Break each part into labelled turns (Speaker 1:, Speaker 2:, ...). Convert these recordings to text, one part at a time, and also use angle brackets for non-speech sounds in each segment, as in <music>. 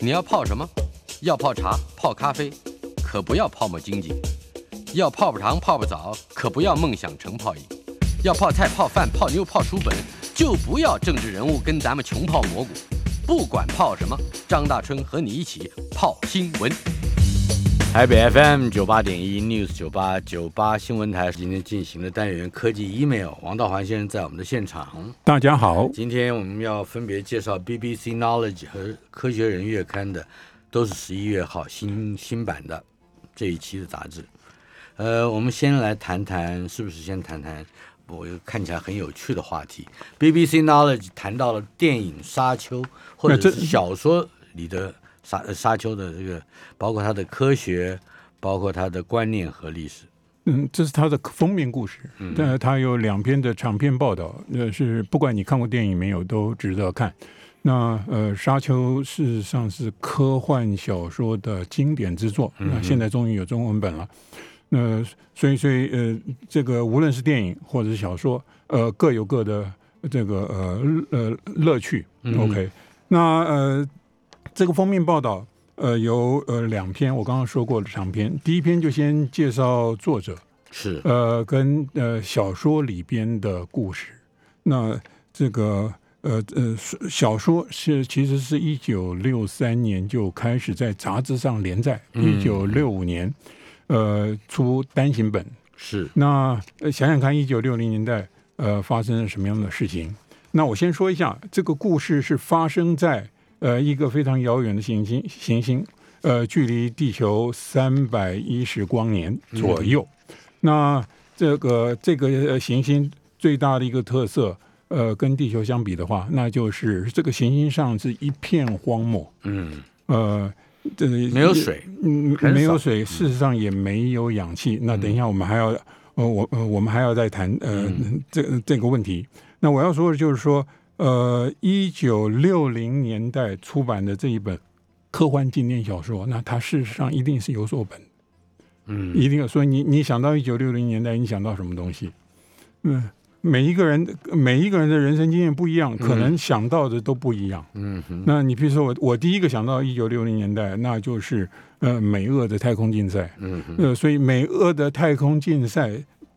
Speaker 1: 你要泡什么？要泡茶、泡咖啡，可不要泡沫经济；要泡泡糖、泡泡澡，可不要梦想成泡影；要泡菜、泡饭、泡妞、泡书本，就不要政治人物跟咱们穷泡蘑菇。不管泡什么，张大春和你一起泡新闻。
Speaker 2: 台北 FM 九八点一 News 九八九八新闻台今天进行的单元科技 email，王道环先生在我们的现场。
Speaker 3: 大家好，
Speaker 2: 今天我们要分别介绍 BBC Knowledge 和《科学人》月刊的，都是十一月号新新版的这一期的杂志。呃，我们先来谈谈，是不是先谈谈我看起来很有趣的话题？BBC Knowledge 谈到了电影《沙丘》或
Speaker 3: 那
Speaker 2: 者
Speaker 3: 这
Speaker 2: 是小说里的沙呃沙丘的这个，包括它的科学，包括它的观念和历史。
Speaker 3: 嗯，这是他的封面故事，但他有两篇的长篇报道，呃，是不管你看过电影没有，都值得看。那呃，《沙丘》事实上是科幻小说的经典之作，那现在终于有中文本了。那、所以所以呃，这个无论是电影或者是小说，呃，各有各的这个呃呃乐趣。OK，那呃，这个封面报道呃有呃两篇，我刚刚说过的长篇，第一篇就先介绍作者，
Speaker 2: 是，
Speaker 3: 呃，跟呃小说里边的故事。那这个呃呃小说是其实是一九六三年就开始在杂志上连载，一九六五年呃出单行本。
Speaker 2: 是，
Speaker 3: 那呃想想看，一九六零年代呃发生了什么样的事情？那我先说一下，这个故事是发生在呃一个非常遥远的行星行星，呃，距离地球三百一十光年左右。那这个这个呃行星最大的一个特色，呃，跟地球相比的话，那就是这个行星上是一片荒漠，
Speaker 2: 嗯，
Speaker 3: 呃，这
Speaker 2: 没有水，
Speaker 3: 嗯，
Speaker 2: 很
Speaker 3: 没
Speaker 2: 少嗯
Speaker 3: 有水，事实上也没有氧气。那等一下，我们还要，呃，我呃我们还要再谈呃、
Speaker 2: 嗯
Speaker 3: 这个这个问题。那我要说的就是说，呃，一九六零年代出版的这一本科幻经典小说，那它事实上一定是有所本，
Speaker 2: 嗯，
Speaker 3: 一定有。所以你你想到一九六零年代，你想到什么东西？嗯，每一个人每一个人的人生经验不一样，可能想到的都不一样。
Speaker 2: 嗯哼，
Speaker 3: 那你比如说我，我第一个想到一九六零年代，那就是呃美俄的太空竞赛，
Speaker 2: 嗯哼，
Speaker 3: 呃，所以美俄的太空竞赛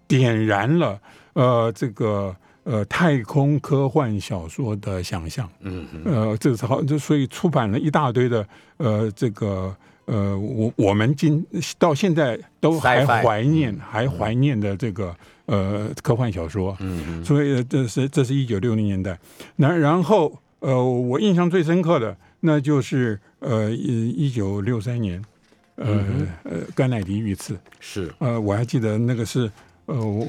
Speaker 3: 点燃了呃这个呃太空科幻小说的想象，
Speaker 2: 嗯哼，
Speaker 3: 呃，这是好，就所以出版了一大堆的呃这个呃我我们今到现在都
Speaker 2: Sci-fi
Speaker 3: 还
Speaker 2: 嗯
Speaker 3: 怀念还怀念的这个呃科幻小说，
Speaker 2: 嗯哼，
Speaker 3: 所以呃这是这是一九六零年代。那然后呃，我印象最深刻的那就是呃一九六三年，呃、呃甘乃迪遇刺，
Speaker 2: 是，
Speaker 3: 呃我还记得那个是呃我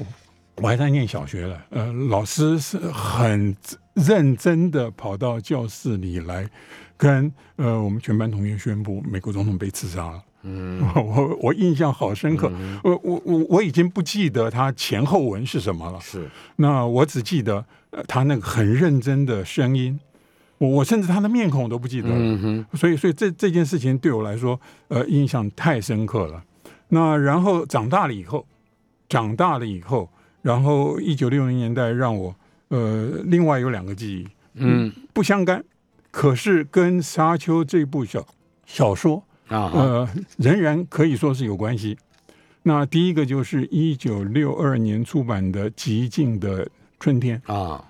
Speaker 3: 我还在念小学了，呃老师是很认真的跑到教室里来跟呃我们全班同学宣布美国总统被刺杀了。
Speaker 2: 嗯。
Speaker 3: <laughs> 我我印象好深刻，我我我我已经不记得他前后文是什么了。
Speaker 2: 是，
Speaker 3: 那我只记得、呃、他那个很认真的声音，我我甚至他的面孔我都不记得了。
Speaker 2: 嗯哼，
Speaker 3: 所以，所以这这件事情对我来说，呃，印象太深刻了。那然后长大了以后，长大了以后，然后一九六零年代让我呃，另外有两个记忆
Speaker 2: 嗯
Speaker 3: 不相干，可是跟《沙丘》这部小小说
Speaker 2: 啊哈，
Speaker 3: 呃，仍然可以说是有关系。那第一个就是一九六二年出版的《极尽的春天》，
Speaker 2: 啊，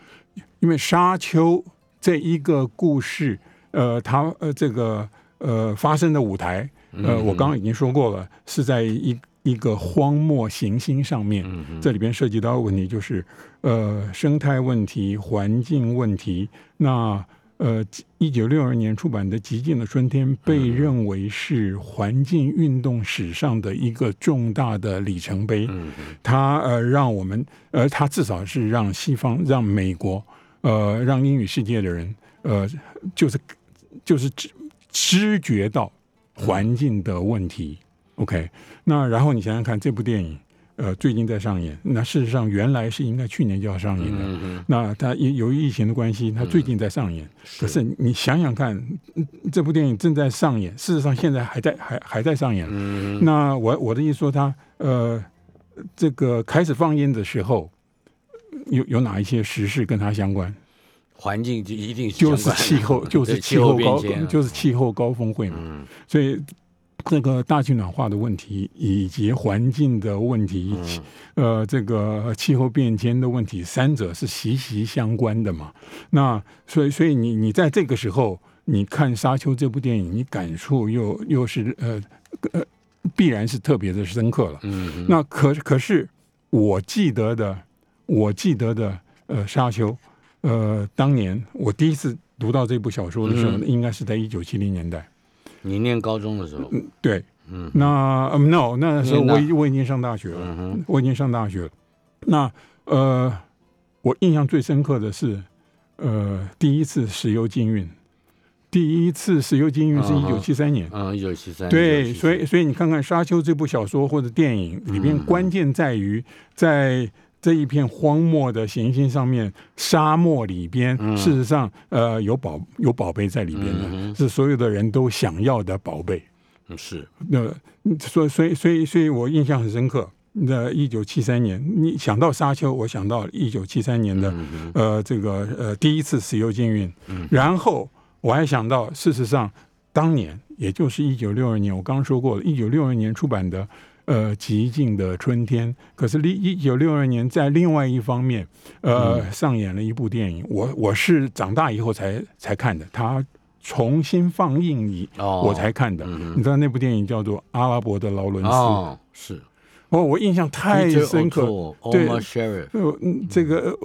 Speaker 3: 因为沙丘这一个故事，呃，它呃这个呃发生的舞台，呃，我刚刚已经说过了，是在一一个荒漠行星上面。这里边涉及到的问题就是，呃，生态问题、环境问题。那呃，一九六二年出版的《极尽的春天》被认为是环境运动史上的一个重大的里程碑。它呃让我们呃，它至少是让西方、让美国、呃，让英语世界的人呃，就是就是知知觉到环境的问题。OK，那然后你想想看，这部电影呃最近在上演，那事实上原来是应该去年就要上演的，
Speaker 2: 嗯
Speaker 3: 那它因由于疫情的关系，它最近在上演。可是你想想看，嗯这部电影正在上演，事实上现在还在还还在上演。
Speaker 2: 嗯
Speaker 3: 那我我的意思说它，呃，这个开始放映的时候，有有哪一些时事跟它相关？
Speaker 2: 环境就一定是
Speaker 3: 就
Speaker 2: 相
Speaker 3: 是
Speaker 2: 关的 <laughs>
Speaker 3: 气候，就是
Speaker 2: 对
Speaker 3: 气
Speaker 2: 气候
Speaker 3: 候
Speaker 2: 变
Speaker 3: 高
Speaker 2: 迁啊，，
Speaker 3: 就是气候高峰会嘛。
Speaker 2: 嗯
Speaker 3: 所以这个大气暖化的问题，以及环境的问题，
Speaker 2: 嗯
Speaker 3: 呃，这个气候变迁的问题，三者是息息相关的嘛。那所以，所以你你在这个时候，你看《沙丘》这部电影，你感触又又是呃呃，必然是特别的深刻了。
Speaker 2: 嗯嗯
Speaker 3: 那可可是我记得的，我记得的，呃，沙丘，呃，当年我第一次读到这部小说的时候，
Speaker 2: 嗯
Speaker 3: 应该是在一九七零年代。
Speaker 2: 你念高中的时候，
Speaker 3: 对，
Speaker 2: 嗯
Speaker 3: 那、嗯 no，那时候
Speaker 2: 那
Speaker 3: 我已我已经上大学了，
Speaker 2: 嗯哼，
Speaker 3: 我已经上大学了。那呃，我印象最深刻的是，呃，第一次石油禁运，第一次石油禁运是
Speaker 2: 嗯
Speaker 3: 一
Speaker 2: 哼
Speaker 3: 九七三年。
Speaker 2: 嗯，一九七三，
Speaker 3: 对，
Speaker 2: 1973
Speaker 3: 所以所以你看看《沙丘》这部小说或者电影里边
Speaker 2: 嗯，
Speaker 3: 关键在于在这一片荒漠的行星上面，沙漠里边，
Speaker 2: 嗯
Speaker 3: 事实上，呃，有宝有宝贝在里边的，
Speaker 2: 嗯哼
Speaker 3: 是所有的人都想要的宝贝。
Speaker 2: 嗯是，
Speaker 3: 那嗯所以所以所以所以我印象很深刻。那一九七三年，你想到沙丘，我想到一九七三年的、
Speaker 2: 嗯
Speaker 3: 呃这个呃第一次石油禁运，然后我还想到，事实上当年也就是一九六二年，我刚刚说过了，一九六二年出版的呃《极尽的春天》，可是另一九六二年在另外一方面呃、
Speaker 2: 嗯
Speaker 3: 上演了一部电影，我我是长大以后才才看的，它重新放映以
Speaker 2: 哦，
Speaker 3: 我才看的。
Speaker 2: 嗯
Speaker 3: 你知道那部电影叫做《阿拉伯的劳伦斯》哦，
Speaker 2: 哦是
Speaker 3: 我印象太深刻。对
Speaker 2: Omar Sharif，
Speaker 3: 呃，嗯这个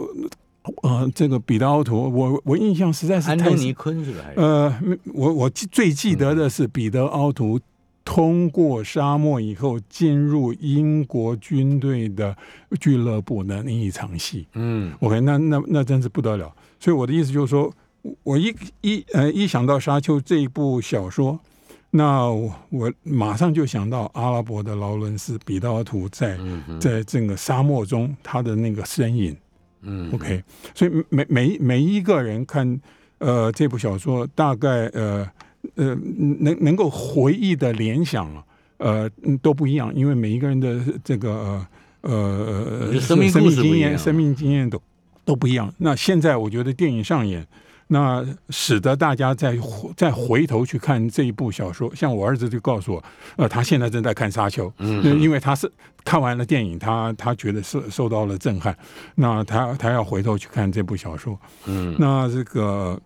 Speaker 3: 呃呃，这个彼得奥图，我我印象实在是
Speaker 2: 安
Speaker 3: 太
Speaker 2: 东尼嗯昆是吧？还是
Speaker 3: 呃，我我记最记得的是彼得奥图通过沙漠以后进入英国军队的俱乐部的那一场戏。
Speaker 2: 嗯
Speaker 3: OK，那那那真是不得了。所以我的意思就是说，我一一呃一想到《沙丘》这一部小说，那我我马上就想到阿拉伯的劳伦斯·彼得奥图在
Speaker 2: 嗯哼
Speaker 3: 在这个沙漠中他的那个身影。
Speaker 2: 嗯
Speaker 3: OK，所以每每每一个人看呃这部小说，大概呃呃能能够回忆的联想啊，呃嗯都不一样，因为每一个人的这个呃呃
Speaker 2: 你的
Speaker 3: 呃
Speaker 2: 生命故事不一样啊
Speaker 3: 经验、生命经验都都不一样。那现在我觉得电影上演。那使得大家再回再回头去看这一部小说，像我儿子就告诉我，呃，他现在正在看《沙丘》，嗯，因为他是看完了电影，他他觉得受受到了震撼，那他他要回头去看这部小说。
Speaker 2: 嗯
Speaker 3: 那这个，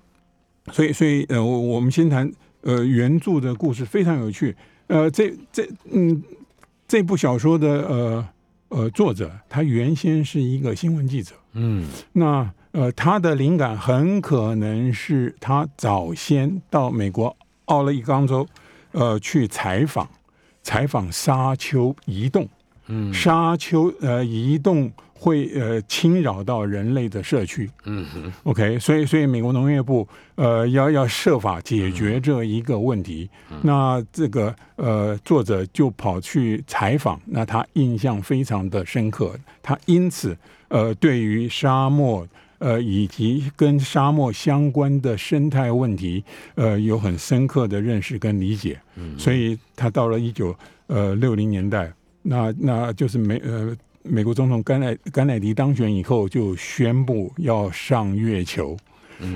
Speaker 3: 所以所以呃，我我们先谈呃原著的故事非常有趣。呃，这这嗯，这部小说的呃呃作者，他原先是一个新闻记者。
Speaker 2: 嗯
Speaker 3: 那呃，他的灵感很可能是他早先到美国奥勒冈州，呃，去采访采访沙丘移动。
Speaker 2: 嗯
Speaker 3: 沙丘呃移动会呃侵扰到人类的社区。
Speaker 2: 嗯哼
Speaker 3: OK，所以所以美国农业部呃要要设法解
Speaker 2: 嗯
Speaker 3: 决这一个问题。那这个呃作者就跑去采访，那他印象非常的深刻，他因此呃对于沙漠。呃，以及跟沙漠相关的生态问题，呃，有很深刻的认识跟理解，所以他到了一九呃六零年代，那那就是美呃美国总统甘乃甘乃迪当选以后，就宣布要上月球，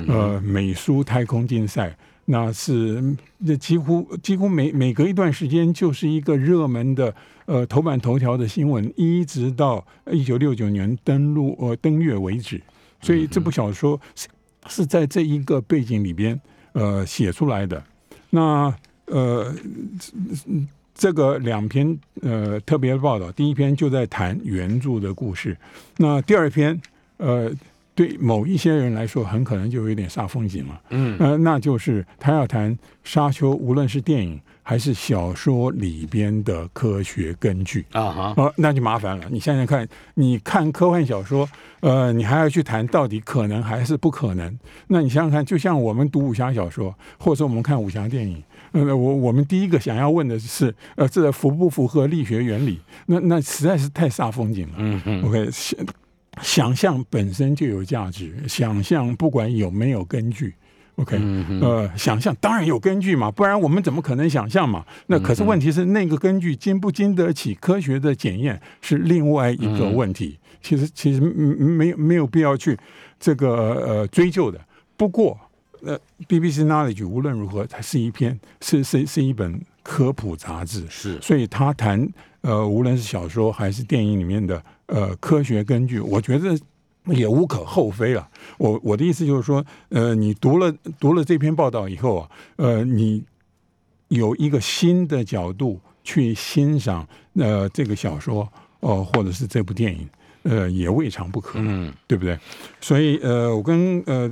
Speaker 3: 呃，美苏太空竞赛，那是那几乎几乎每每隔一段时间就是一个热门的呃头版头条的新闻，一直到呃一九六九年登陆呃登月为止。所以这部小说是是在这一个背景里边呃写出来的。那呃，这个两篇呃特别的报道，第一篇就在谈原著的故事，那第二篇呃对某一些人来说，很可能就有一点煞风景了。
Speaker 2: 嗯
Speaker 3: 呃，那就是他要谈《沙丘》，无论是电影还是小说里边的科学根据。
Speaker 2: 啊哈，
Speaker 3: 哦，那就麻烦了。你想想看，你看科幻小说，呃，你还要去谈到底可能还是不可能。那你想想看，就像我们读武侠小说，或者说我们看武侠电影，呃，我我们第一个想要问的是，呃，这符不符合力学原理？那那实在是太煞风景了。
Speaker 2: 嗯哼
Speaker 3: OK，想想象本身就有价值，想象不管有没有根据。OK，、
Speaker 2: 嗯哼
Speaker 3: 呃，想象当然有根据嘛，不然我们怎么可能想象嘛？那
Speaker 2: 嗯
Speaker 3: 可是问题是，那个根据经不经得起科学的检验是另外一个问题。其实其实嗯没有没有必要去这个呃追究的。不过，呃，BBC Knowledge 无论如何，它是一篇是是是一本科普杂志，
Speaker 2: 是
Speaker 3: 所以他谈呃，无论是小说还是电影里面的呃科学根据，我觉得也无可厚非了。我我的意思就是说，呃，你读了读了这篇报道以后啊，呃，你有一个新的角度去欣赏呃这个小说哦、呃或者是这部电影，呃，也未尝不可，
Speaker 2: 嗯，
Speaker 3: 对不对？所以呃，我跟呃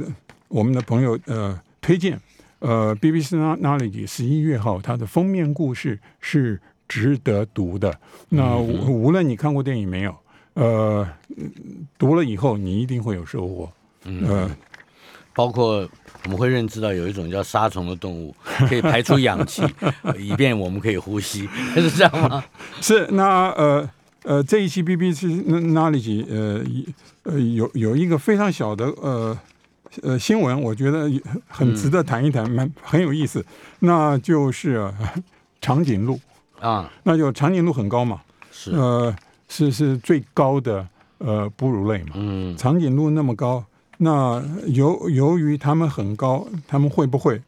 Speaker 3: 我们的朋友呃推荐。呃，BBC Knowledge 十一月号它的封面故事是值得读的。那无无论你看过电影没有，呃，嗯读了以后你一定会有收获。呃，
Speaker 2: 包括我们会认知到有一种叫沙虫的动物，可以排出氧
Speaker 3: <laughs>
Speaker 2: 气，呃以便我们可以呼吸，是这样吗？
Speaker 3: 是那呃呃这一期 BBC Knowledge 呃一呃有有一个非常小的呃。呃，新闻我觉得也很值得谈一谈，蛮很有意思。那就是、呃长颈鹿，
Speaker 2: 啊，
Speaker 3: 那就长颈鹿很高嘛，
Speaker 2: 是，
Speaker 3: 呃，是是最高的呃哺乳类嘛。
Speaker 2: 嗯，
Speaker 3: 长颈鹿那么高，那由由于它们很高，它们会不会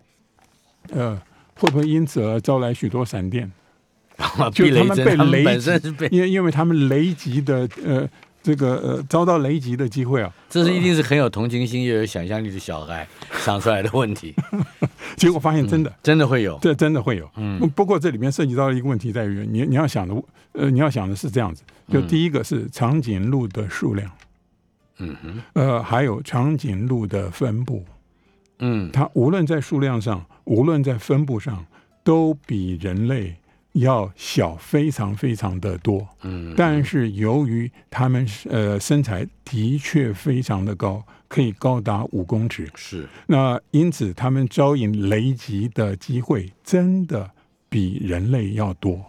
Speaker 3: 呃会不会因此而招来许多闪电？就
Speaker 2: 避雷
Speaker 3: 他们
Speaker 2: 针，
Speaker 3: 被
Speaker 2: 他们
Speaker 3: 雷
Speaker 2: 本身是被，
Speaker 3: 因为因为它们雷击的呃这个呃遭到雷击的机会啊，
Speaker 2: 这是一定是很有同情心又有想象力的小孩想出来的问题，
Speaker 3: 结果发现真的。
Speaker 2: 真的会有，
Speaker 3: 这真的会有，嗯。不过这里面涉及到了一个问题，在于你你要想的，呃，你要想的是这样子，就第一个是长颈鹿的数量，
Speaker 2: 嗯哼，
Speaker 3: 呃，还有长颈鹿的分布，
Speaker 2: 嗯，
Speaker 3: 它无论在数量上，无论在分布上，都比人类要小非常非常的多。
Speaker 2: 嗯，
Speaker 3: 但是由于它们呃身材的确非常的高，可以高达五公尺，
Speaker 2: 是，
Speaker 3: 那因此它们招引雷击的机会真的比人类要多。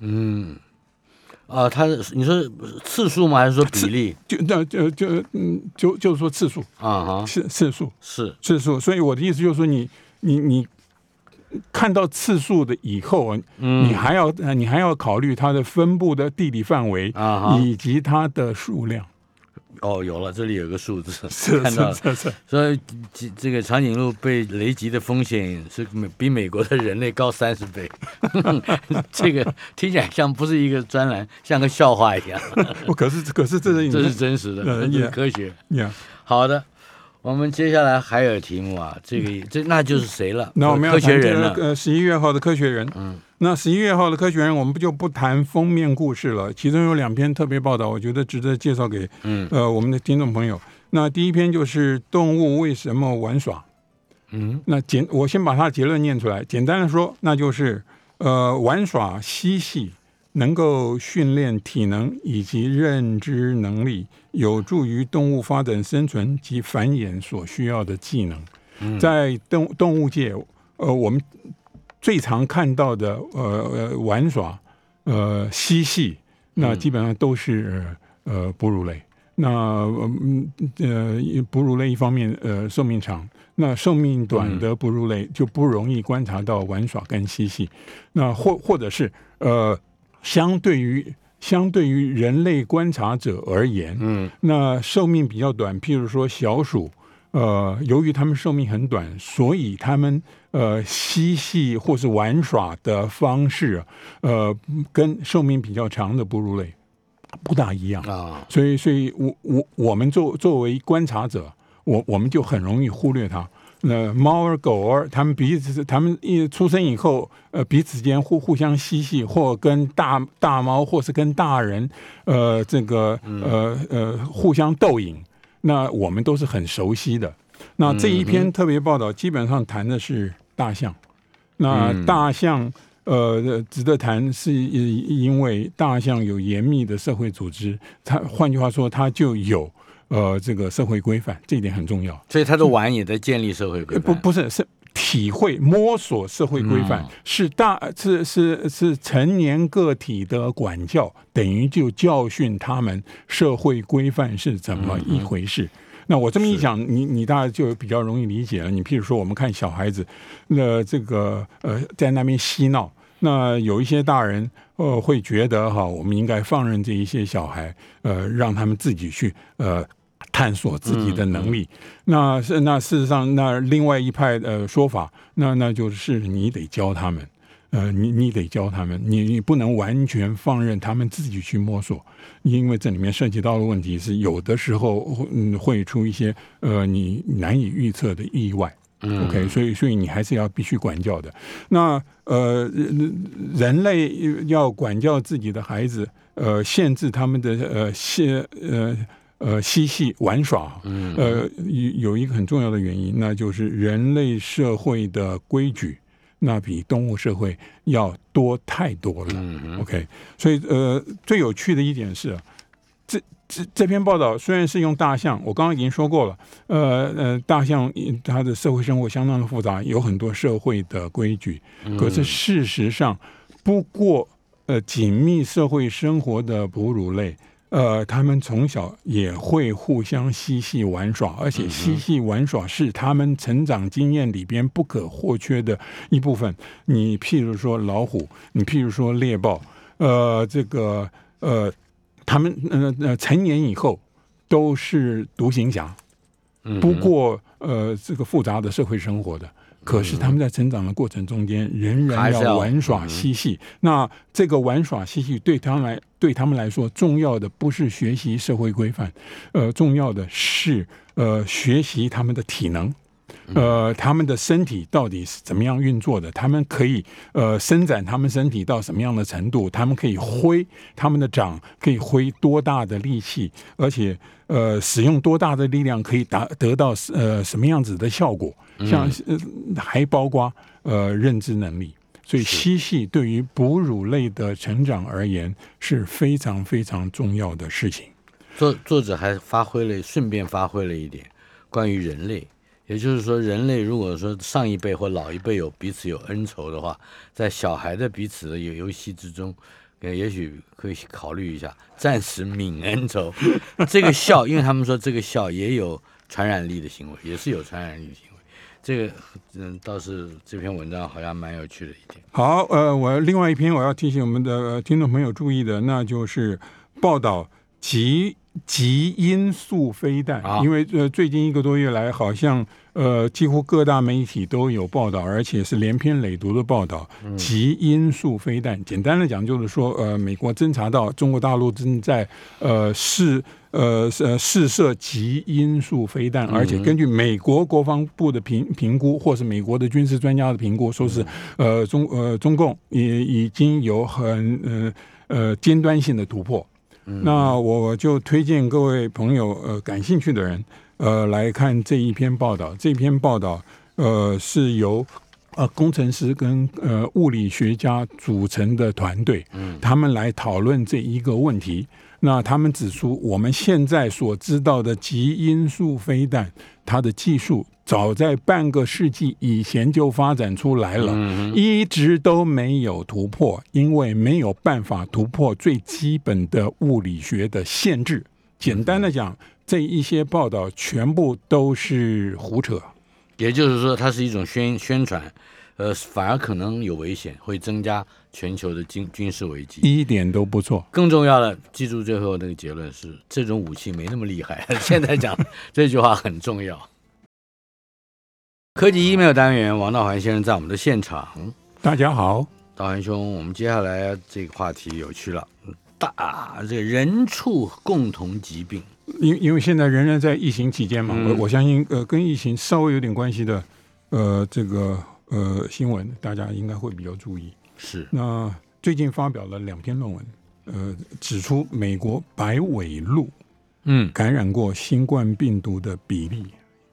Speaker 2: 嗯，啊，他你说次数吗？还是说比例？
Speaker 3: 就那就就嗯就就是说次数
Speaker 2: 啊哈，
Speaker 3: 次次数
Speaker 2: 是，
Speaker 3: 次数，所以我的意思就是说你你你看到次数的以后啊，
Speaker 2: 嗯
Speaker 3: 你还要呃你还要考虑它的分布的地理范围
Speaker 2: 啊哈
Speaker 3: 以及它的数量。
Speaker 2: 哦，有了，这里有个数字，
Speaker 3: <laughs> 是
Speaker 2: 看到
Speaker 3: 是
Speaker 2: 了。
Speaker 3: 是是，
Speaker 2: 所以这这个长颈鹿被雷击的风险是美比美国的人类高三十倍， <laughs> 这个听起来像不是一个专栏，像个笑话
Speaker 3: <laughs>
Speaker 2: 一样，
Speaker 3: 哦可是可是这是
Speaker 2: 这是真实的，
Speaker 3: 呃
Speaker 2: 这是
Speaker 3: yeah
Speaker 2: 科学。
Speaker 3: 呀，
Speaker 2: 好的，我们接下来还有题目啊，这个这那就是谁了？
Speaker 3: 那我们要
Speaker 2: 科学
Speaker 3: 谈这
Speaker 2: 人
Speaker 3: 个
Speaker 2: 了，
Speaker 3: 呃，十一月号的科学人，
Speaker 2: 嗯，
Speaker 3: 那十一月号的科学人，我们不就不谈封面故事了？其中有两篇特别报道，我觉得值得介绍给
Speaker 2: 嗯
Speaker 3: 呃我们的听众朋友。那第一篇就是动物为什么玩耍？
Speaker 2: 嗯
Speaker 3: 那简我先把它的结论念出来，简单的说，那就是呃玩耍嬉戏。能够训练体能以及认知能力，有助于动物发展生存及繁衍所需要的技能。
Speaker 2: 嗯，
Speaker 3: 在动动物界，呃，我们最常看到的呃呃玩耍，呃嬉戏，那基本上都是呃哺乳类。那呃嗯呃哺乳类一方面呃寿命长，那寿命短的哺乳类就不容易观察到玩耍跟嬉戏。那或或者是呃相对于相对于人类观察者而言，
Speaker 2: 嗯
Speaker 3: 那寿命比较短，譬如说小鼠，呃，由于它们寿命很短，所以它们呃嬉戏或是玩耍的方式，呃，跟寿命比较长的哺乳类不大一样。
Speaker 2: 啊，
Speaker 3: 所以，所以我我我们作作为观察者，我我们就很容易忽略它。那猫儿狗儿，它们彼此，它们一出生以后，呃，彼此间互互相嬉戏，或跟大大猫，或是跟大人，呃，这个呃呃互相斗引，那我们都是很熟悉的。那这一篇特别报道基本上谈的是大象。那
Speaker 2: 嗯
Speaker 3: 大象，呃，值得谈，是因为大象有严密的社会组织，它换句话说，它就有呃这个社会规范，这一点很重要。
Speaker 2: 所以他的玩也在建立社会规
Speaker 3: 呃不
Speaker 2: 范，
Speaker 3: 不是是体会摸索社会规范，
Speaker 2: 嗯
Speaker 3: 是大是是是成年个体的管教，等于就教训他们社会规范是怎么一回事。那我这么一讲，你你大家就比较容易理解了。你譬如说，我们看小孩子，那这个呃，在那边嬉闹，那有一些大人呃会觉得哈，我们应该放任这一些小孩，呃，让他们自己去呃探索自己的能力。那是那事实上，那另外一派的说法，那那就是你得教他们。呃，你你得教他们，你你不能完全放任他们自己去摸索，因为这里面涉及到的问题是，有的时候嗯会出一些呃你难以预测的意外。OK，所以所以你还是要必须管教的。那呃，人人类要管教自己的孩子，呃，限制他们的呃些呃呃嬉戏玩耍，呃，有有一个很重要的原因，那就是人类社会的规矩。那比动物社会要多太多了。OK，所以呃，最有趣的一点是，这这这篇报道虽然是用大象，我刚刚已经说过了，呃呃，大象嗯它的社会生活相当的复杂，有很多社会的规矩，可是事实上，不过呃紧密社会生活的哺乳类。呃，他们从小也会互相嬉戏玩耍，而且嬉戏玩耍是他们成长经验里边不可或缺的一部分。你譬如说老虎，你譬如说猎豹，呃，这个呃，他们呃呃成年以后都是独行侠，
Speaker 2: 嗯
Speaker 3: 不过呃这个复杂的社会生活的。可是他们在成长的过程中间，仍
Speaker 2: 嗯还
Speaker 3: 然
Speaker 2: 是要嗯
Speaker 3: 要玩耍嬉戏。那这个玩耍嬉戏对他们来，对他们来说，重要的不是学习社会规范，呃，重要的是呃学习他们的体能。呃，他们的身体到底是怎么样运作的？他们可以呃伸展他们身体到什么样的程度？他们可以挥他们的掌，可以挥多大的力气？而且呃，使用多大的力量可以达得到呃什么样子的效果？像、呃、还包括呃认知能力。所以嬉戏对于哺乳类的成长而言是非常非常重要的事情。
Speaker 2: 作作者还发挥了，顺便发挥了一点关于人类，也就是说，人类如果说上一辈或老一辈有彼此有恩仇的话，在小孩的彼此的游游戏之中，呃，也许可以考虑一下暂时泯恩仇。这个笑，因为他们说这个笑也有传染力的行为，也是有传染力的行为。这个嗯，倒是这篇文章好像蛮有趣的一点。
Speaker 3: 好，呃，我另外一篇我要提醒我们的呃听众朋友注意的，那就是报道极极音速飞弹，
Speaker 2: 啊
Speaker 3: 因为呃最近一个多月来，好像呃几乎各大媒体都有报道，而且是连篇累牍的报道。极音速飞弹，简单的讲就是说，呃，美国侦察到中国大陆正在呃试。呃是呃试射极音速飞弹，而且根据美国国防部的评评估，或是美国的军事专家的评估，说是呃中呃中共也已经有很呃呃尖端性的突破。那我就推荐各位朋友呃感兴趣的人呃来看这一篇报道。这篇报道呃是由呃工程师跟呃物理学家组成的团队，他们来讨论这一个问题。那他们指出，我们现在所知道的极音速飞弹，它的技术早在半个世纪以前就发展出来了，
Speaker 2: 嗯
Speaker 3: 一直都没有突破，因为没有办法突破最基本的物理学的限制。简单的讲，这一些报道全部都是胡扯。
Speaker 2: 也就是说，它是一种宣宣传，呃，反而可能有危险，会增加全球的军军事危机。
Speaker 3: 一点都不错。
Speaker 2: 更重要的，记住最后那个结论是，这种武器没那么厉害。 <laughs> 现在讲这句话很重要。科技 email 单元，王道环先生在我们的现场。
Speaker 3: 大家好，
Speaker 2: 道涵兄，我们接下来这个话题有趣了，大这个人畜共同疾病，
Speaker 3: 因因为现在仍然在疫情期间嘛，
Speaker 2: 嗯
Speaker 3: 我我相信呃跟疫情稍微有点关系的，呃这个呃新闻大家应该会比较注意。
Speaker 2: 是
Speaker 3: 那最近发表了两篇论文，呃指出美国白尾鹿
Speaker 2: 嗯
Speaker 3: 感染过新冠病毒的比例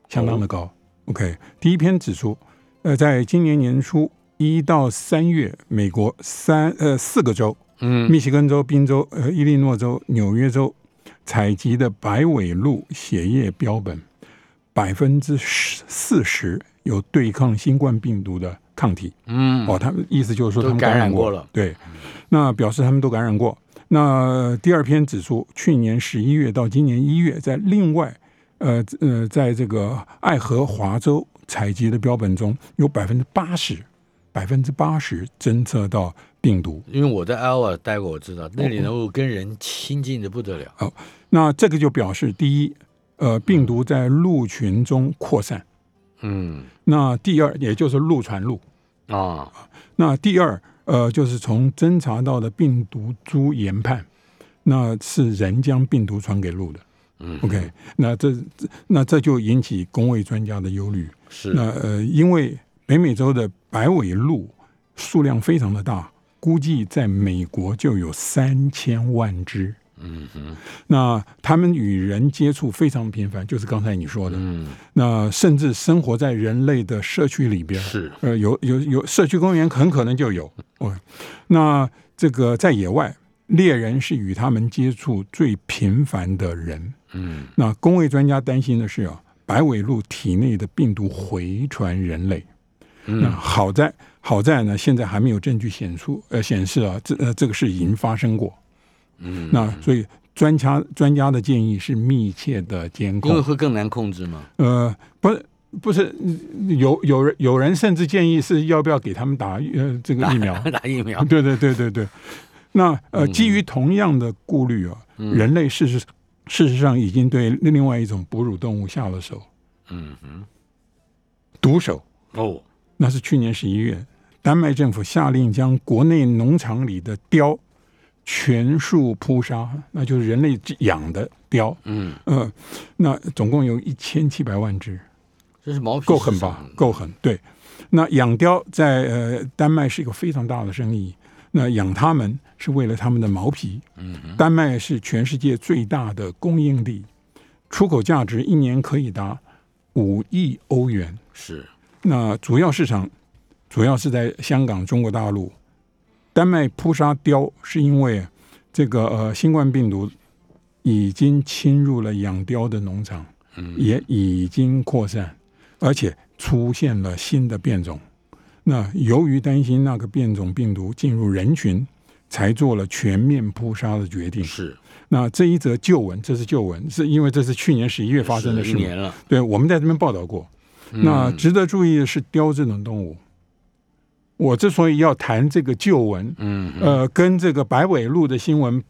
Speaker 3: 相当的高。OK，第一篇指出，呃在今年年初一到三月，美国三呃四个州
Speaker 2: 嗯
Speaker 3: 密西根州、宾州、呃伊利诺州、纽约州采集的白尾鹿血液标本，百分之四十有对抗新冠病毒的抗体。
Speaker 2: 嗯，
Speaker 3: 哦，他们意思就是说
Speaker 2: 都
Speaker 3: 他们
Speaker 2: 感
Speaker 3: 感
Speaker 2: 染
Speaker 3: 染
Speaker 2: 过
Speaker 3: 过
Speaker 2: 了
Speaker 3: 对，那表示他们都感染过。那第二篇指出，去年十一月到今年一月，在另外呃呃，在这个爱荷华州采集的标本中，有百分之八十，百分之八十侦测到病毒。
Speaker 2: 因为我在 Iowa 待过，我知道那里能够跟人亲近的不得了。
Speaker 3: 那这个就表示，第一，呃，病毒在鹿群中扩散。
Speaker 2: 嗯
Speaker 3: 那第二，也就是鹿传鹿。
Speaker 2: 啊
Speaker 3: 那第二，呃，就是从侦查到的病毒株研判，那是人将病毒传给鹿的。
Speaker 2: 嗯
Speaker 3: OK，那这这那这就引起工位专家的忧虑。
Speaker 2: 是
Speaker 3: 那呃，因为北美洲的白尾鹿数量非常的大，估计在美国就有三千万只。
Speaker 2: 嗯哼
Speaker 3: 那它们与人接触非常频繁，就是刚才你说的。
Speaker 2: 嗯
Speaker 3: 那甚至生活在人类的社区里边，
Speaker 2: 是
Speaker 3: 呃，有有有社区公园很可能就有。哦，那这个在野外，猎人是与他们接触最频繁的人。
Speaker 2: 嗯
Speaker 3: 那工位专家担心的是啊，白尾鹿体内的病毒回传人类。那
Speaker 2: 嗯
Speaker 3: 好在好在呢，现在还没有证据显出呃显示啊，这呃这个事已经发生过。
Speaker 2: 嗯，
Speaker 3: 那所以专家专家的建议是密切的监
Speaker 2: 因为
Speaker 3: 控。
Speaker 2: 会更难控制嘛。
Speaker 3: 呃，不是不是，有有人有人甚至建议是要不要给他们打呃这个疫苗？
Speaker 2: <laughs> 打疫苗，嗯
Speaker 3: 对对对对对。那呃，基于同样的顾虑啊，人类事实事实上已经对另外一种哺乳动物下了手，
Speaker 2: 嗯哼
Speaker 3: 毒手。
Speaker 2: 哦
Speaker 3: 那是去年十一月，丹麦政府下令将国内农场里的貂全数扑杀，那就是人类养的貂。
Speaker 2: 嗯，
Speaker 3: 呃，那总共有一千七百万只，
Speaker 2: 这是毛皮
Speaker 3: 够狠
Speaker 2: 市
Speaker 3: 吧
Speaker 2: 场？
Speaker 3: 够狠。对，那养貂在呃丹麦是一个非常大的生意。那养它们是为了它们的毛皮。
Speaker 2: 嗯
Speaker 3: 丹麦是全世界最大的供应地，出口价值一年可以达五亿欧元。
Speaker 2: 是
Speaker 3: 那主要市场主要是在香港、中国大陆。丹麦扑杀貂是因为这个呃新冠病毒已经侵入了养貂的农场，
Speaker 2: 嗯
Speaker 3: 也已经扩散，而且出现了新的变种。那由于担心那个变种病毒进入人群，才做了全面扑杀的决定。
Speaker 2: 是
Speaker 3: 那这一则旧闻，这是旧闻，是因为这是去年十一月发生的
Speaker 2: 是
Speaker 3: 事
Speaker 2: 一
Speaker 3: 嘛？
Speaker 2: 年了。
Speaker 3: 对，我们在这边报道过。那
Speaker 2: 嗯
Speaker 3: 值得注意的是貂这种动物。我之所以要谈这个旧闻，
Speaker 2: 嗯哼
Speaker 3: 呃，跟这个白尾鹿的新闻，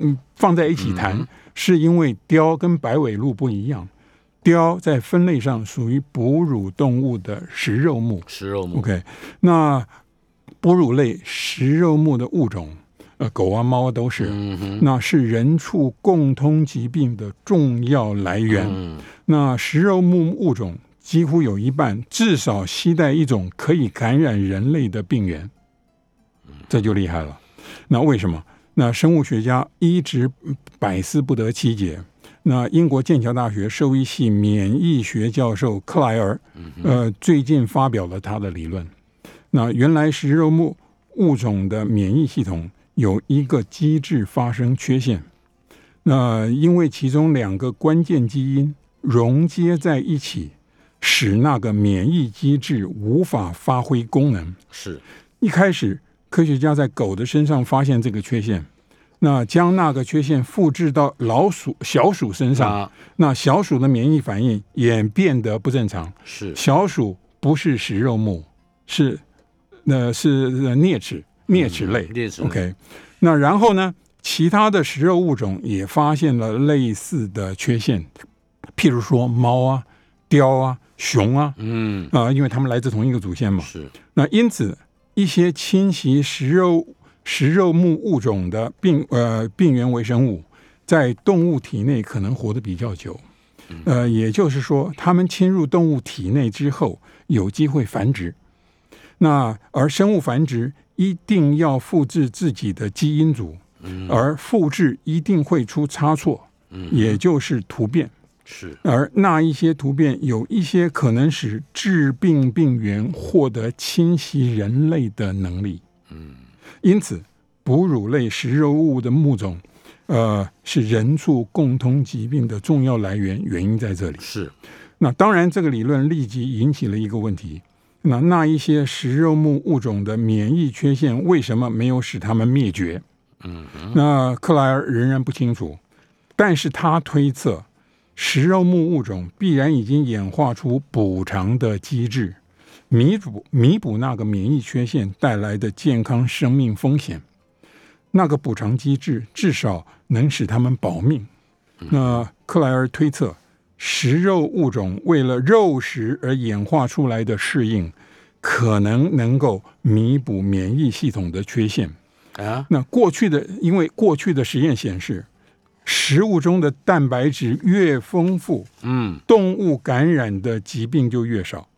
Speaker 3: 嗯，放在一起
Speaker 2: 嗯
Speaker 3: 谈，是因为貂跟白尾鹿不一样。貂在分类上属于哺乳动物的食肉目。
Speaker 2: 食肉目
Speaker 3: OK，那哺乳类食肉目的物种，呃，狗啊、猫啊都是。
Speaker 2: 嗯哼
Speaker 3: 那是人畜共通疾病的重要来源。
Speaker 2: 嗯
Speaker 3: 那食肉目物种几乎有一半至少携带一种可以感染人类的病原，
Speaker 2: 嗯
Speaker 3: 这就厉害了。那为什么？那生物学家一直百思不得其解。那英国剑桥大学兽医系免疫学教授克莱尔，
Speaker 2: 嗯
Speaker 3: 呃，最近发表了他的理论。那原来食肉目物种的免疫系统有一个机制发生缺陷，那因为其中两个关键基因溶接在一起，使那个免疫机制无法发挥功能。
Speaker 2: 是
Speaker 3: 一开始，科学家在狗的身上发现这个缺陷，那将那个缺陷复制到老鼠、小鼠身上，
Speaker 2: 啊
Speaker 3: 那小鼠的免疫反应也变得不正常。
Speaker 2: 是
Speaker 3: 小鼠不是食肉目，是那是呃啮齿嗯啮齿类。
Speaker 2: 劣质
Speaker 3: OK，那然后呢，其他的食肉物种也发现了类似的缺陷，譬如说猫啊、雕啊、熊啊，
Speaker 2: 嗯
Speaker 3: 啊、因为它们来自同一个祖先嘛。
Speaker 2: 是
Speaker 3: 那因此，一些侵袭食肉食肉目物种的病呃病原微生物，在动物体内可能活得比较久。呃，也就是说，它们侵入动物体内之后，有机会繁殖。那而生物繁殖一定要复制自己的基因组，而复制一定会出差错，也就是突变。
Speaker 2: 是
Speaker 3: 而那一些突变有一些可能使致病病原获得侵袭人类的能力。嗯，因此，哺乳类食肉物的物种，呃，是人畜共同疾病的重要来源，原因在这里。
Speaker 2: 是
Speaker 3: 那当然，这个理论立即引起了一个问题：那那一些食肉目物种的免疫缺陷为什么没有使它们灭绝？嗯，那克莱尔仍然不清楚，但是他推测，食肉目物种必然已经演化出补偿的机制，弥补弥补那个免疫缺陷带来的健康生命风险。那个补偿机制至少能使它们保命。那克莱尔推测，食肉物种为了肉食而演化出来的适应，可能能够弥补免疫系统的缺陷。
Speaker 2: 啊，
Speaker 3: 那过去的，因为过去的实验显示，食物中的蛋白质越丰富，
Speaker 2: 嗯，
Speaker 3: 动物感染的疾病就越少。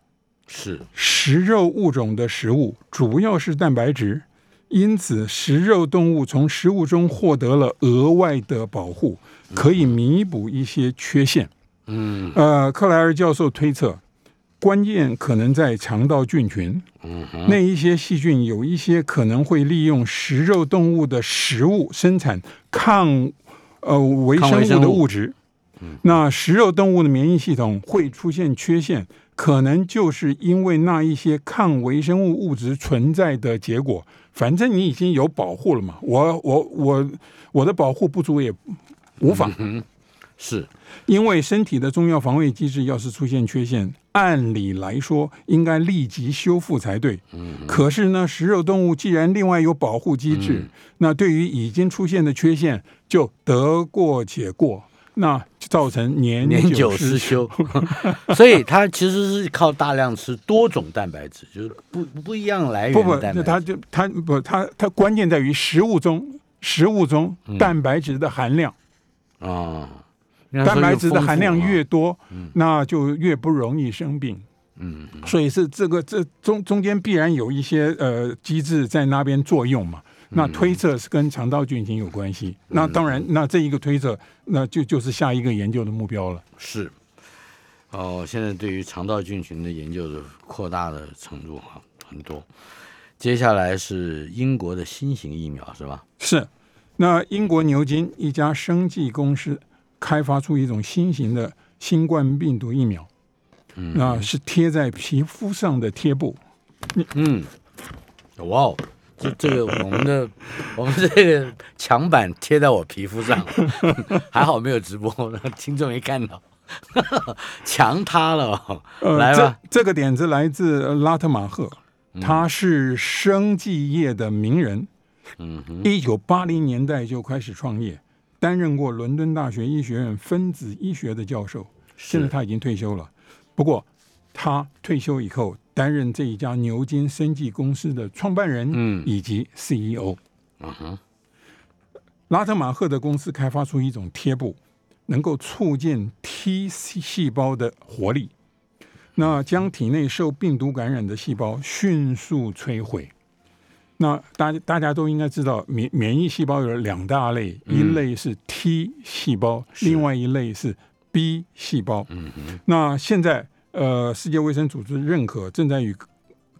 Speaker 2: 是，
Speaker 3: 食肉物种的食物主要是蛋白质，因此食肉动物从食物中获得了额外的保护，可以弥补一些缺陷。
Speaker 2: 嗯
Speaker 3: 呃，克莱尔教授推测，关键可能在肠道菌群，
Speaker 2: 嗯哼，
Speaker 3: 那一些细菌有一些可能会利用食肉动物的食物生产抗呃微
Speaker 2: 抗
Speaker 3: 生
Speaker 2: 微
Speaker 3: 物
Speaker 2: 生
Speaker 3: 的
Speaker 2: 物嗯
Speaker 3: 物质。那食肉动物的免疫系统会出现缺陷，可能就是因为那一些抗微生物物质存在的结果。反正你已经有保护了嘛，我我我我的保护不足也无妨，
Speaker 2: 是，
Speaker 3: 因为身体的重要防卫机制要是出现缺陷，按理来说应该立即修复才对。
Speaker 2: 嗯
Speaker 3: 可是呢，食肉动物既然另外有保护机制，
Speaker 2: 嗯
Speaker 3: 那对于已经出现的缺陷就得过且过，那就造成年
Speaker 2: 年久
Speaker 3: 久
Speaker 2: 失
Speaker 3: 失 <laughs>
Speaker 2: 修，所以它其实是靠大量吃多种蛋白质，就是不不一样来源
Speaker 3: 不不，
Speaker 2: 的蛋
Speaker 3: 那
Speaker 2: 白质。
Speaker 3: 它就它不它它关键在于食物中食物中
Speaker 2: 嗯
Speaker 3: 蛋白质的含量，
Speaker 2: 啊，
Speaker 3: 蛋白质的含量
Speaker 2: 应该说
Speaker 3: 越
Speaker 2: 越丰
Speaker 3: 多，那就越不容易生病。
Speaker 2: 嗯，
Speaker 3: 所以是这个这中中间必然有一些呃机制在那边作用嘛。
Speaker 2: 嗯
Speaker 3: 那推测是跟肠道菌群有关系。那当然，那这一个推测，那就就是下一个研究的目标了。
Speaker 2: 富啊是。哦，现在对于肠道菌群的研究的扩大的程度啊很多。接下来是英国的新型疫苗是吧？
Speaker 3: 是，那英国牛津一家生技公司开发出一种新型的新冠病毒疫苗，那是贴在皮肤上的贴布。
Speaker 2: 嗯，哇哦，这这个我们的我们这个墙板贴在我皮肤上了， <laughs> 还好没有直播，听众没看到， <laughs> 墙塌了哦，
Speaker 3: 呃
Speaker 2: 来吧，
Speaker 3: 这这个点子来自呃拉特马赫，他是生技业的名人，
Speaker 2: 嗯哼，
Speaker 3: 一九八零年代就开始创业，担任过伦敦大学医学院分子医学的教授，现在
Speaker 2: 是
Speaker 3: 他已经退休了。不过他退休以后，担任这一家牛津生技公司的创办人，
Speaker 2: 嗯
Speaker 3: 以及 CEO。
Speaker 2: 嗯哼，
Speaker 3: 拉特马赫的公司开发出一种贴布，能够促进 T 细胞的活力，那将体内受病毒感染的细胞迅速摧毁。那大大家都应该知道，免免疫细胞有两大类，
Speaker 2: 嗯
Speaker 3: 一类是 T 细胞，另外一类是 B 细胞。
Speaker 2: 嗯哼，
Speaker 3: 那现在呃，世界卫生组织认可正在与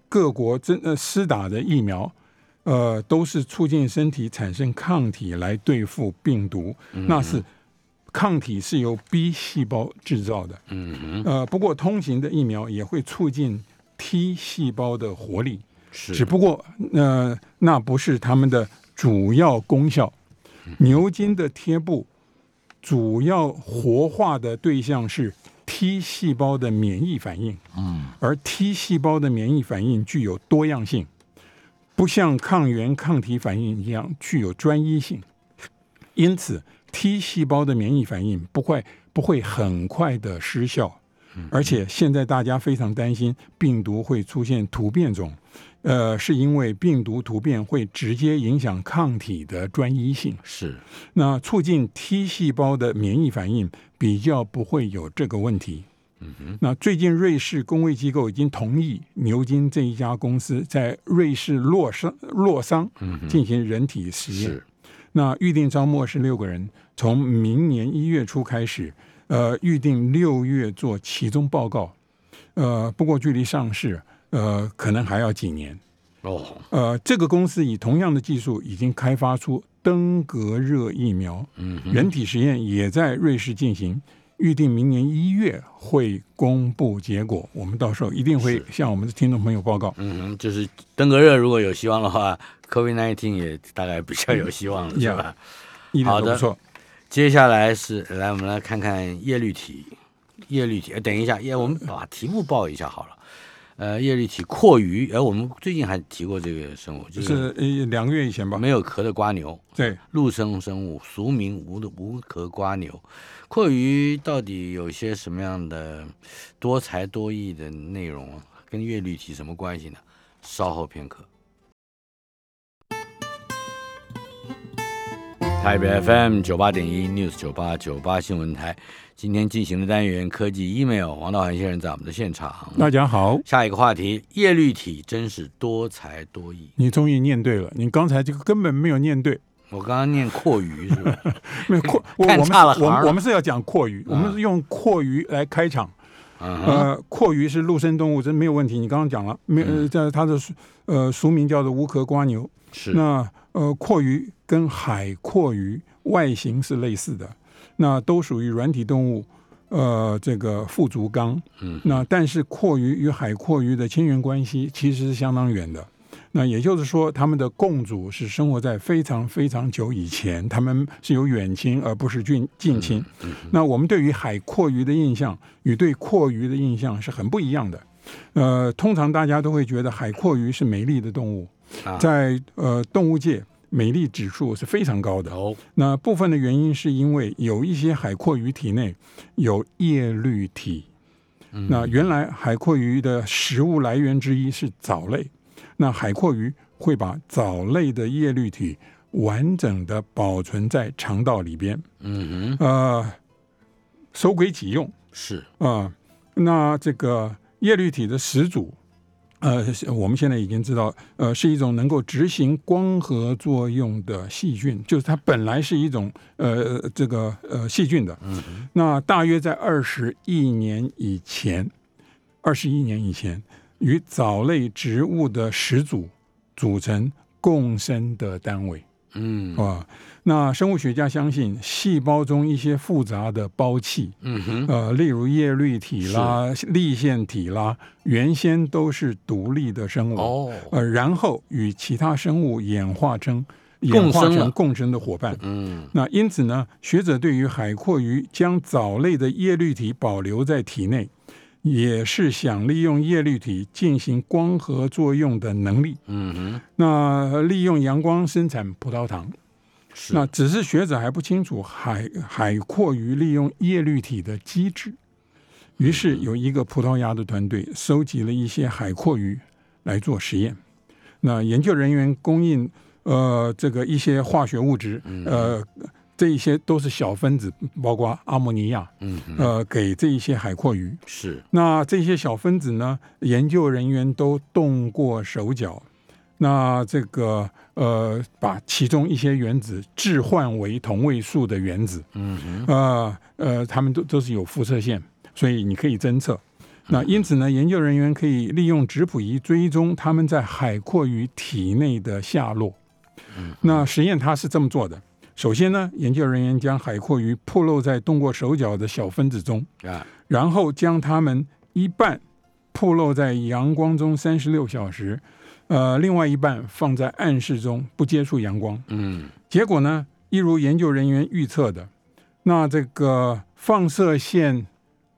Speaker 3: 各国针呃施打的疫苗，呃，都是促进身体产生抗体来对付病毒，
Speaker 2: 嗯
Speaker 3: 那是抗体是由 B 细胞制造的。
Speaker 2: 嗯哼，
Speaker 3: 呃，不过通行的疫苗也会促进 T 细胞的活力，只
Speaker 2: 是，
Speaker 3: 不过呃，那不是他们的主要功效。
Speaker 2: 嗯
Speaker 3: 牛津的贴布主要活化的对象是 T 细胞的免疫反应，
Speaker 2: 嗯，
Speaker 3: 而 T 细胞的免疫反应具有多样性，不像抗原抗体反应一样具有专一性，因此 T 细胞的免疫反应不会不会很快的失效。
Speaker 2: 嗯
Speaker 3: 而且现在大家非常担心病毒会出现突变种，呃，是因为病毒突变会直接影响抗体的专一性。
Speaker 2: 是，
Speaker 3: 那促进 T 细胞的免疫反应比较不会有这个问题。
Speaker 2: 嗯
Speaker 3: 那最近，瑞士公卫机构已经同意牛津这一家公司在瑞士洛桑洛桑
Speaker 2: 嗯哼，
Speaker 3: 进行人体实验。
Speaker 2: 是，
Speaker 3: 那预定招募是六个人，从明年一月初开始，呃，预定六月做其中报告。呃，不过距离上市，呃，可能还要几年。
Speaker 2: 哦，
Speaker 3: 呃，这个公司以同样的技术已经开发出登革热疫苗，
Speaker 2: 嗯哼，
Speaker 3: 人体实验也在瑞士进行，预定明年一月会公布结果。我们到时候一定会
Speaker 2: 是
Speaker 3: 向我们的听众朋友报告。
Speaker 2: 嗯哼，就是登革热如果有希望的
Speaker 3: <laughs>
Speaker 2: 话，COVID nineteen 也大概比较有希望了，是
Speaker 3: Yeah
Speaker 2: 吧？
Speaker 3: 一点
Speaker 2: 好
Speaker 3: 都
Speaker 2: 的
Speaker 3: 不错。
Speaker 2: 接下来是来，我们来看看叶绿体，叶绿体。呃等一下，叶，我们把题目报一下好了。呃，叶绿体阔鱼，哎、我们最近还提过这个生物，就
Speaker 3: 就是是一两个月以前吧。
Speaker 2: 没有壳的瓜牛，
Speaker 3: 对，
Speaker 2: 陆生生物，俗名无无壳瓜牛。阔鱼到底有些什么样的多才多艺的内容啊？跟叶绿体什么关系呢？稍后片刻。台北 FM 九八点一 News 九八九八新闻台，今天进行的单元科技 email，王道涵先生在我们的现场。
Speaker 3: 大家好，
Speaker 2: 下一个话题，叶绿体真是多才多艺。
Speaker 3: 你终于念对了，你刚才这个根本没有念对，
Speaker 2: 我刚刚念阔鱼是吧？
Speaker 3: 没
Speaker 2: <laughs>
Speaker 3: 有阔，我
Speaker 2: 看
Speaker 3: 我们
Speaker 2: 差了
Speaker 3: 我
Speaker 2: 行
Speaker 3: 们
Speaker 2: 了啊
Speaker 3: 我们是要讲阔鱼，我们是用阔鱼来开场。
Speaker 2: 嗯哼，
Speaker 3: 呃，阔鱼是陆生动物，这没有问题。你刚刚讲了，没
Speaker 2: 嗯
Speaker 3: 呃，在它的俗呃俗名叫做无壳瓜牛。
Speaker 2: 是。
Speaker 3: 那呃，阔鱼跟海阔鱼外形是类似的，那都属于软体动物。呃，这个腹足纲，
Speaker 2: 嗯
Speaker 3: 那但是阔鱼与海阔鱼的亲缘关系其实是相当远的。那也就是说，它们的共主是生活在非常非常久以前，它们是有远亲而不是近近亲。那我们对于海阔鱼的印象与对阔鱼的印象是很不一样的。呃，通常大家都会觉得海阔鱼是美丽的动物，
Speaker 2: 啊
Speaker 3: 在呃动物界美丽指数是非常高的。
Speaker 2: 哦，
Speaker 3: 那部分的原因是因为有一些海阔鱼体内有叶绿体。
Speaker 2: 嗯
Speaker 3: 那原来海阔鱼的食物来源之一是藻类，那海阔鱼会把藻类的叶绿体完整的保存在肠道里边，
Speaker 2: 嗯哼，
Speaker 3: 呃，收归己用。
Speaker 2: 是
Speaker 3: 啊、那这个叶绿体的始祖，呃，是我们现在已经知道，呃，是一种能够执行光合作用的细菌，就是它本来是一种呃这个呃细菌的。那大约在二十亿年以前，二十亿年以前，与藻类植物的始祖组成共生的单位。
Speaker 2: 嗯
Speaker 3: 啊，那生物学家相信，细胞中一些复杂的胞器，
Speaker 2: 嗯哼，
Speaker 3: 呃，例如叶绿体啦、立腺体啦，原先都是独立的生物，
Speaker 2: 哦，
Speaker 3: 呃，然后与其他生物演化成演化
Speaker 2: 共生了
Speaker 3: 成共生的伙伴。
Speaker 2: 嗯
Speaker 3: 那因此呢，学者对于海阔鱼将藻类的叶绿体保留在体内，也是想利用叶绿体进行光合作用的能力。
Speaker 2: 嗯哼，
Speaker 3: 那利用阳光生产葡萄糖。
Speaker 2: 是
Speaker 3: 那只是学者还不清楚海海阔鱼利用叶绿体的机制，于
Speaker 2: 嗯
Speaker 3: 是有一个葡萄牙的团队收集了一些海阔鱼来做实验。那研究人员供应呃这个一些化学物质，
Speaker 2: 嗯
Speaker 3: 呃这一些都是小分子，包括阿莫尼亚，
Speaker 2: 嗯哼，
Speaker 3: 呃给这一些海阔鱼。
Speaker 2: 是
Speaker 3: 那这些小分子呢，研究人员都动过手脚。那这个呃，把其中一些原子置换为同位素的原子，
Speaker 2: 嗯哼，
Speaker 3: 呃呃，它们都都是有辐射线，所以你可以侦测。
Speaker 2: 嗯
Speaker 3: 那因此呢，研究人员可以利用质谱仪追踪它们在海阔鱼体内的下落。
Speaker 2: 嗯
Speaker 3: 那实验它是这么做的：首先呢，研究人员将海阔鱼暴露在动过手脚的小分子中，
Speaker 2: 啊，
Speaker 3: 然后将它们一半暴露在阳光中三十六小时，呃，另外一半放在暗室中不接触阳光。
Speaker 2: 嗯
Speaker 3: 结果呢，一如研究人员预测的，那这个放射线。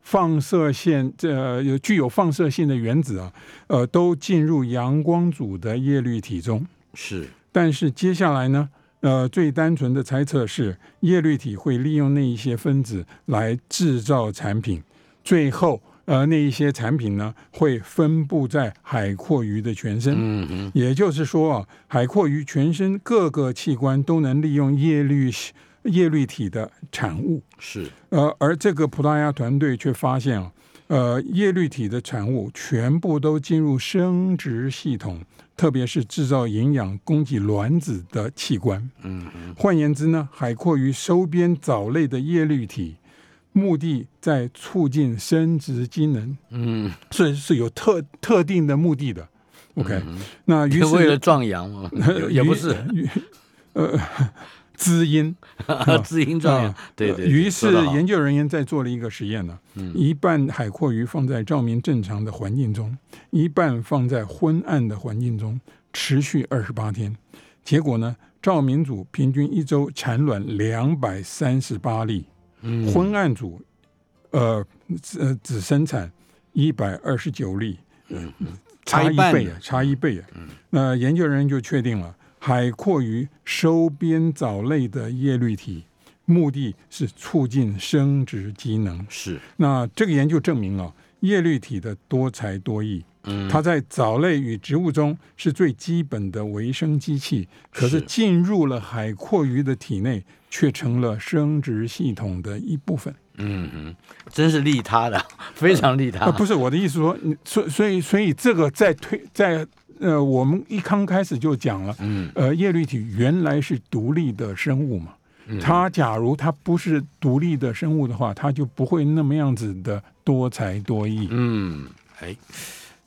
Speaker 3: 放射线这、呃有具有放射性的原子啊，呃，都进入阳光组的叶绿体中。
Speaker 2: 是
Speaker 3: 但是接下来呢，呃，最单纯的猜测是叶绿体会利用那一些分子来制造产品，最后呃那一些产品呢会分布在海阔鱼的全身。
Speaker 2: 嗯哼，
Speaker 3: 也就是说啊，海阔鱼全身各个器官都能利用叶绿叶绿体的产物。
Speaker 2: 是
Speaker 3: 呃，而这个葡萄牙团队却发现啊，呃，叶绿体的产物全部都进入生殖系统，特别是制造营养、供给卵子的器官。
Speaker 2: 嗯哼，
Speaker 3: 换言之呢，海阔鱼收编藻类的叶绿体，目的在促进生殖机能，
Speaker 2: 嗯，
Speaker 3: 是是有特特定的目的的。OK，、那于是
Speaker 2: 嗯 <laughs> 为了壮阳嘛，也也不是，
Speaker 3: <laughs> 于于呃， <laughs> 滋阴。
Speaker 2: <laughs> 滋阴壮阳，啊对对，对
Speaker 3: 啊呃于
Speaker 2: 说
Speaker 3: 是
Speaker 2: 得好嗯
Speaker 3: 研究人员在做了一个实验呢，一半海阔鱼放在照明正常的环境中，一半放在昏暗的环境中，持续二十八天。结果呢，照明组平均一周产卵两百三十八例，
Speaker 2: 嗯
Speaker 3: 昏暗组呃只呃只生产一百二十九例，差
Speaker 2: 差一
Speaker 3: 一倍
Speaker 2: 半
Speaker 3: 啊，差一倍啊。那研究人员就确定了，海阔鱼收编藻类的叶绿体，目的是促进生殖机能。
Speaker 2: 是，
Speaker 3: 那这个研究证明啊，叶绿体的多才多艺，
Speaker 2: 嗯，
Speaker 3: 它在藻类与植物中是最基本的维生机器，可是
Speaker 2: 是
Speaker 3: 进入了海阔鱼的体内，却成了生殖系统的一部分。
Speaker 2: 嗯哼，真是利他的， <laughs> 非常利他
Speaker 3: 啊，，不是我的意思说，你所所以所以这个在推在呃，我们一刚开始就讲了，
Speaker 2: 嗯，
Speaker 3: 呃，叶绿体原来是独立的生物嘛，它假如它不是独立的生物的话，它就不会那么样子的多才多艺。
Speaker 2: 嗯，哎，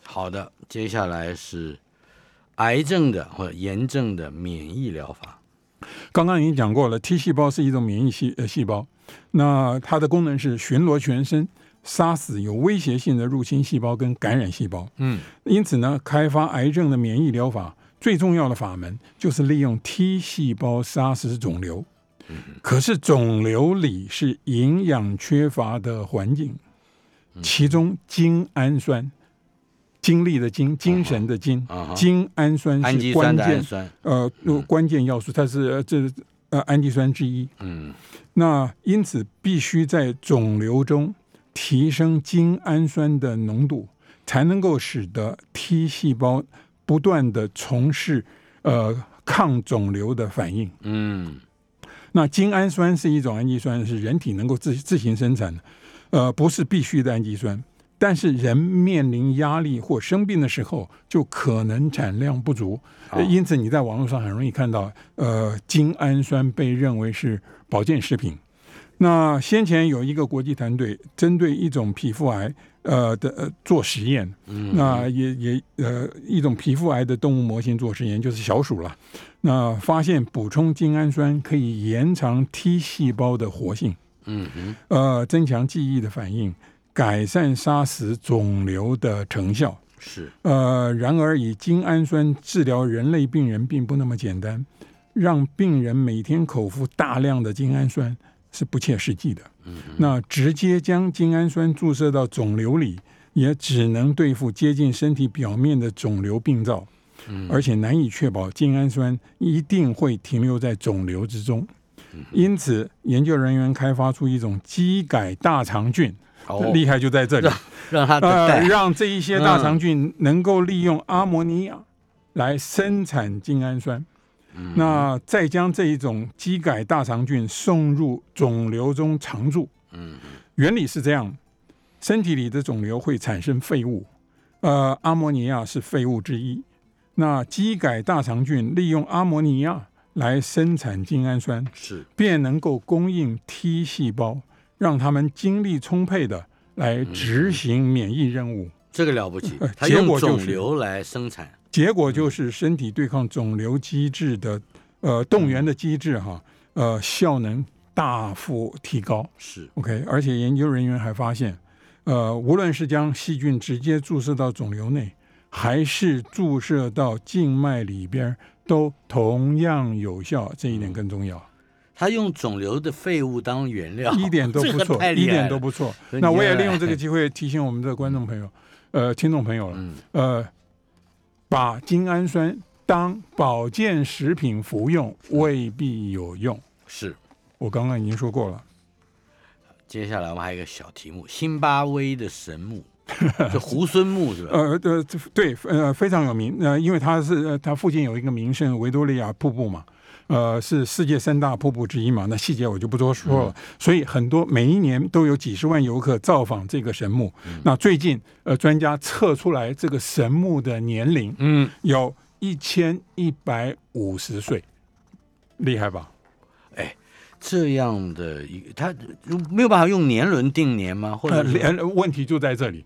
Speaker 2: 好的，接下来是癌症的或者炎症的免疫疗法，
Speaker 3: 刚刚已经讲过了，T 细胞是一种免疫细呃细胞，那它的功能是巡逻全身，杀死有威胁性的入侵细胞跟感染细胞。
Speaker 2: 嗯，
Speaker 3: 因此呢，开发癌症的免疫疗法最重要的法门就是利用 T 细胞杀死肿瘤。
Speaker 2: 嗯
Speaker 3: 可是肿瘤里是营养缺乏的环境，
Speaker 2: 嗯
Speaker 3: 其中精氨酸，精力的精，精神的精
Speaker 2: 啊啊哈，
Speaker 3: 精氨酸
Speaker 2: 氨基
Speaker 3: 是
Speaker 2: 酸
Speaker 3: 关
Speaker 2: 的氨
Speaker 3: 键
Speaker 2: 酸，
Speaker 3: 呃关键要素，它是呃这呃氨基酸之一。
Speaker 2: 嗯
Speaker 3: 那因此必须在肿瘤中提升精氨酸的浓度，才能够使得 T 细胞不断的从事呃抗肿瘤的反应。
Speaker 2: 嗯
Speaker 3: 那精氨酸是一种氨基酸，是人体能够自自行生产的，呃，不是必须的氨基酸。但是人面临压力或生病的时候，就可能产量不足，呃因此你在网络上很容易看到，呃，精氨酸被认为是保健食品。那先前有一个国际团队针对一种皮肤癌，呃的呃做实验，那也也呃一种皮肤癌的动物模型做实验，就是小鼠了。那发现补充精氨酸可以延长 T 细胞的活性，
Speaker 2: 嗯哼，
Speaker 3: 呃，增强记忆的反应，改善杀死肿瘤的成效。
Speaker 2: 是，
Speaker 3: 呃，然而以精氨酸治疗人类病人并不那么简单，让病人每天口服大量的精氨酸是不切实际的。那直接将精氨酸注射到肿瘤里，也只能对付接近身体表面的肿瘤病灶，而且难以确保精氨酸一定会停留在肿瘤之中。因此，研究人员开发出一种基改大肠菌，
Speaker 2: 哦，
Speaker 3: 厉害就在这里。
Speaker 2: 让它
Speaker 3: 呃，
Speaker 2: 带，
Speaker 3: 让这一些大肠菌能够利用阿摩尼亚来生产精氨酸。那再将这一种基改大肠菌送入肿瘤中常驻。
Speaker 2: 嗯
Speaker 3: 原理是这样：身体里的肿瘤会产生废物，呃，阿摩尼亚是废物之一。那基改大肠菌利用阿摩尼亚来生产精氨酸，
Speaker 2: 是，
Speaker 3: 便能够供应 T 细胞，让它们精力充沛的来执行免疫任务。
Speaker 2: 这个了不起
Speaker 3: 呃，
Speaker 2: 它
Speaker 3: 结
Speaker 2: 用
Speaker 3: 果就
Speaker 2: 肿
Speaker 3: 是
Speaker 2: 瘤来生产，
Speaker 3: 结果就是身体对抗肿瘤机制的呃动员的机制哈，呃效能大幅提高。
Speaker 2: 是，
Speaker 3: OK，而且研究人员还发现，呃，无论是将细菌直接注射到肿瘤内，还是注射到静脉里边儿，都同样有效。这一点更重要。
Speaker 2: 它用肿瘤的废物当原料，
Speaker 3: <laughs> 一点都
Speaker 2: 这
Speaker 3: 不
Speaker 2: 个
Speaker 3: 错，
Speaker 2: 太厉
Speaker 3: 一
Speaker 2: 害
Speaker 3: 点
Speaker 2: 了
Speaker 3: 都不错。
Speaker 2: 所以
Speaker 3: 那
Speaker 2: 你
Speaker 3: 我
Speaker 2: 要
Speaker 3: 也利
Speaker 2: 来
Speaker 3: 用这个机会提醒我们的观众朋友，呃，听众朋友了，
Speaker 2: 嗯
Speaker 3: 呃，把精氨酸当保健食品服用未必有用。
Speaker 2: 是。
Speaker 3: 我刚刚已经说过了，
Speaker 2: 接下来我们还有一个小题目：辛巴威的神
Speaker 3: <laughs>
Speaker 2: 木，这猢狲木是吧？
Speaker 3: 呃呃，这对，呃，非常有名，呃，因为它是呃它附近有一个名胜维多利亚瀑布嘛。呃，是世界三大瀑布之一嘛？那细节我就不多说了。所以很多每一年都有几十万游客造访这个神木。那最近呃，专家测出来这个神木的年龄，
Speaker 2: 嗯，
Speaker 3: 有一千一百五十岁，厉害吧？
Speaker 2: 这样的一个，它没有办法用年轮定年
Speaker 3: <laughs>
Speaker 2: 吗？或
Speaker 3: 呃，
Speaker 2: 者是
Speaker 3: 连问题就在这里，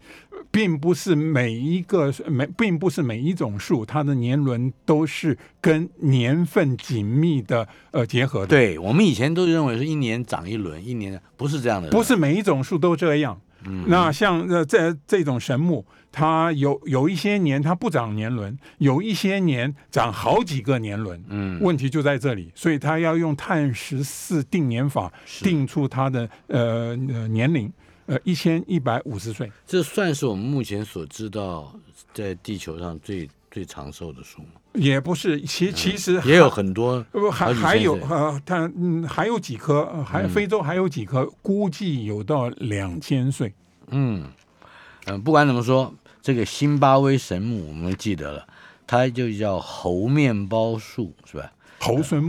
Speaker 3: 并不是每一个每，并不是每一种树，它的年轮都是跟年份紧密的呃结合的。，
Speaker 2: 对我们以前都认为是一年长一轮，一年不是这样的，
Speaker 3: 不是每一种树都这样。
Speaker 2: 嗯
Speaker 3: 那像呃这这种神木，它有有一些年它不长年轮，有一些年长好几个年轮。
Speaker 2: 嗯，
Speaker 3: 问题就在这里，所以他要用碳十四定年法
Speaker 2: 是
Speaker 3: 定出他的呃呃年龄。呃一千一百五十岁。
Speaker 2: 这算是我们目前所知道在地球上最最长寿的树吗？
Speaker 3: 也不是，
Speaker 2: 嗯
Speaker 3: 其其实
Speaker 2: 也有很多
Speaker 3: 呃不
Speaker 2: 好
Speaker 3: 还
Speaker 2: 几千嗯
Speaker 3: 还有
Speaker 2: 岁
Speaker 3: 呃，它嗯还有几棵，呃还非洲还有几棵，估计有到两千岁。
Speaker 2: 嗯，嗯，不管怎么说，这个辛巴威神木我们记得了，它就叫猴面包树，是吧？
Speaker 3: 猴孙木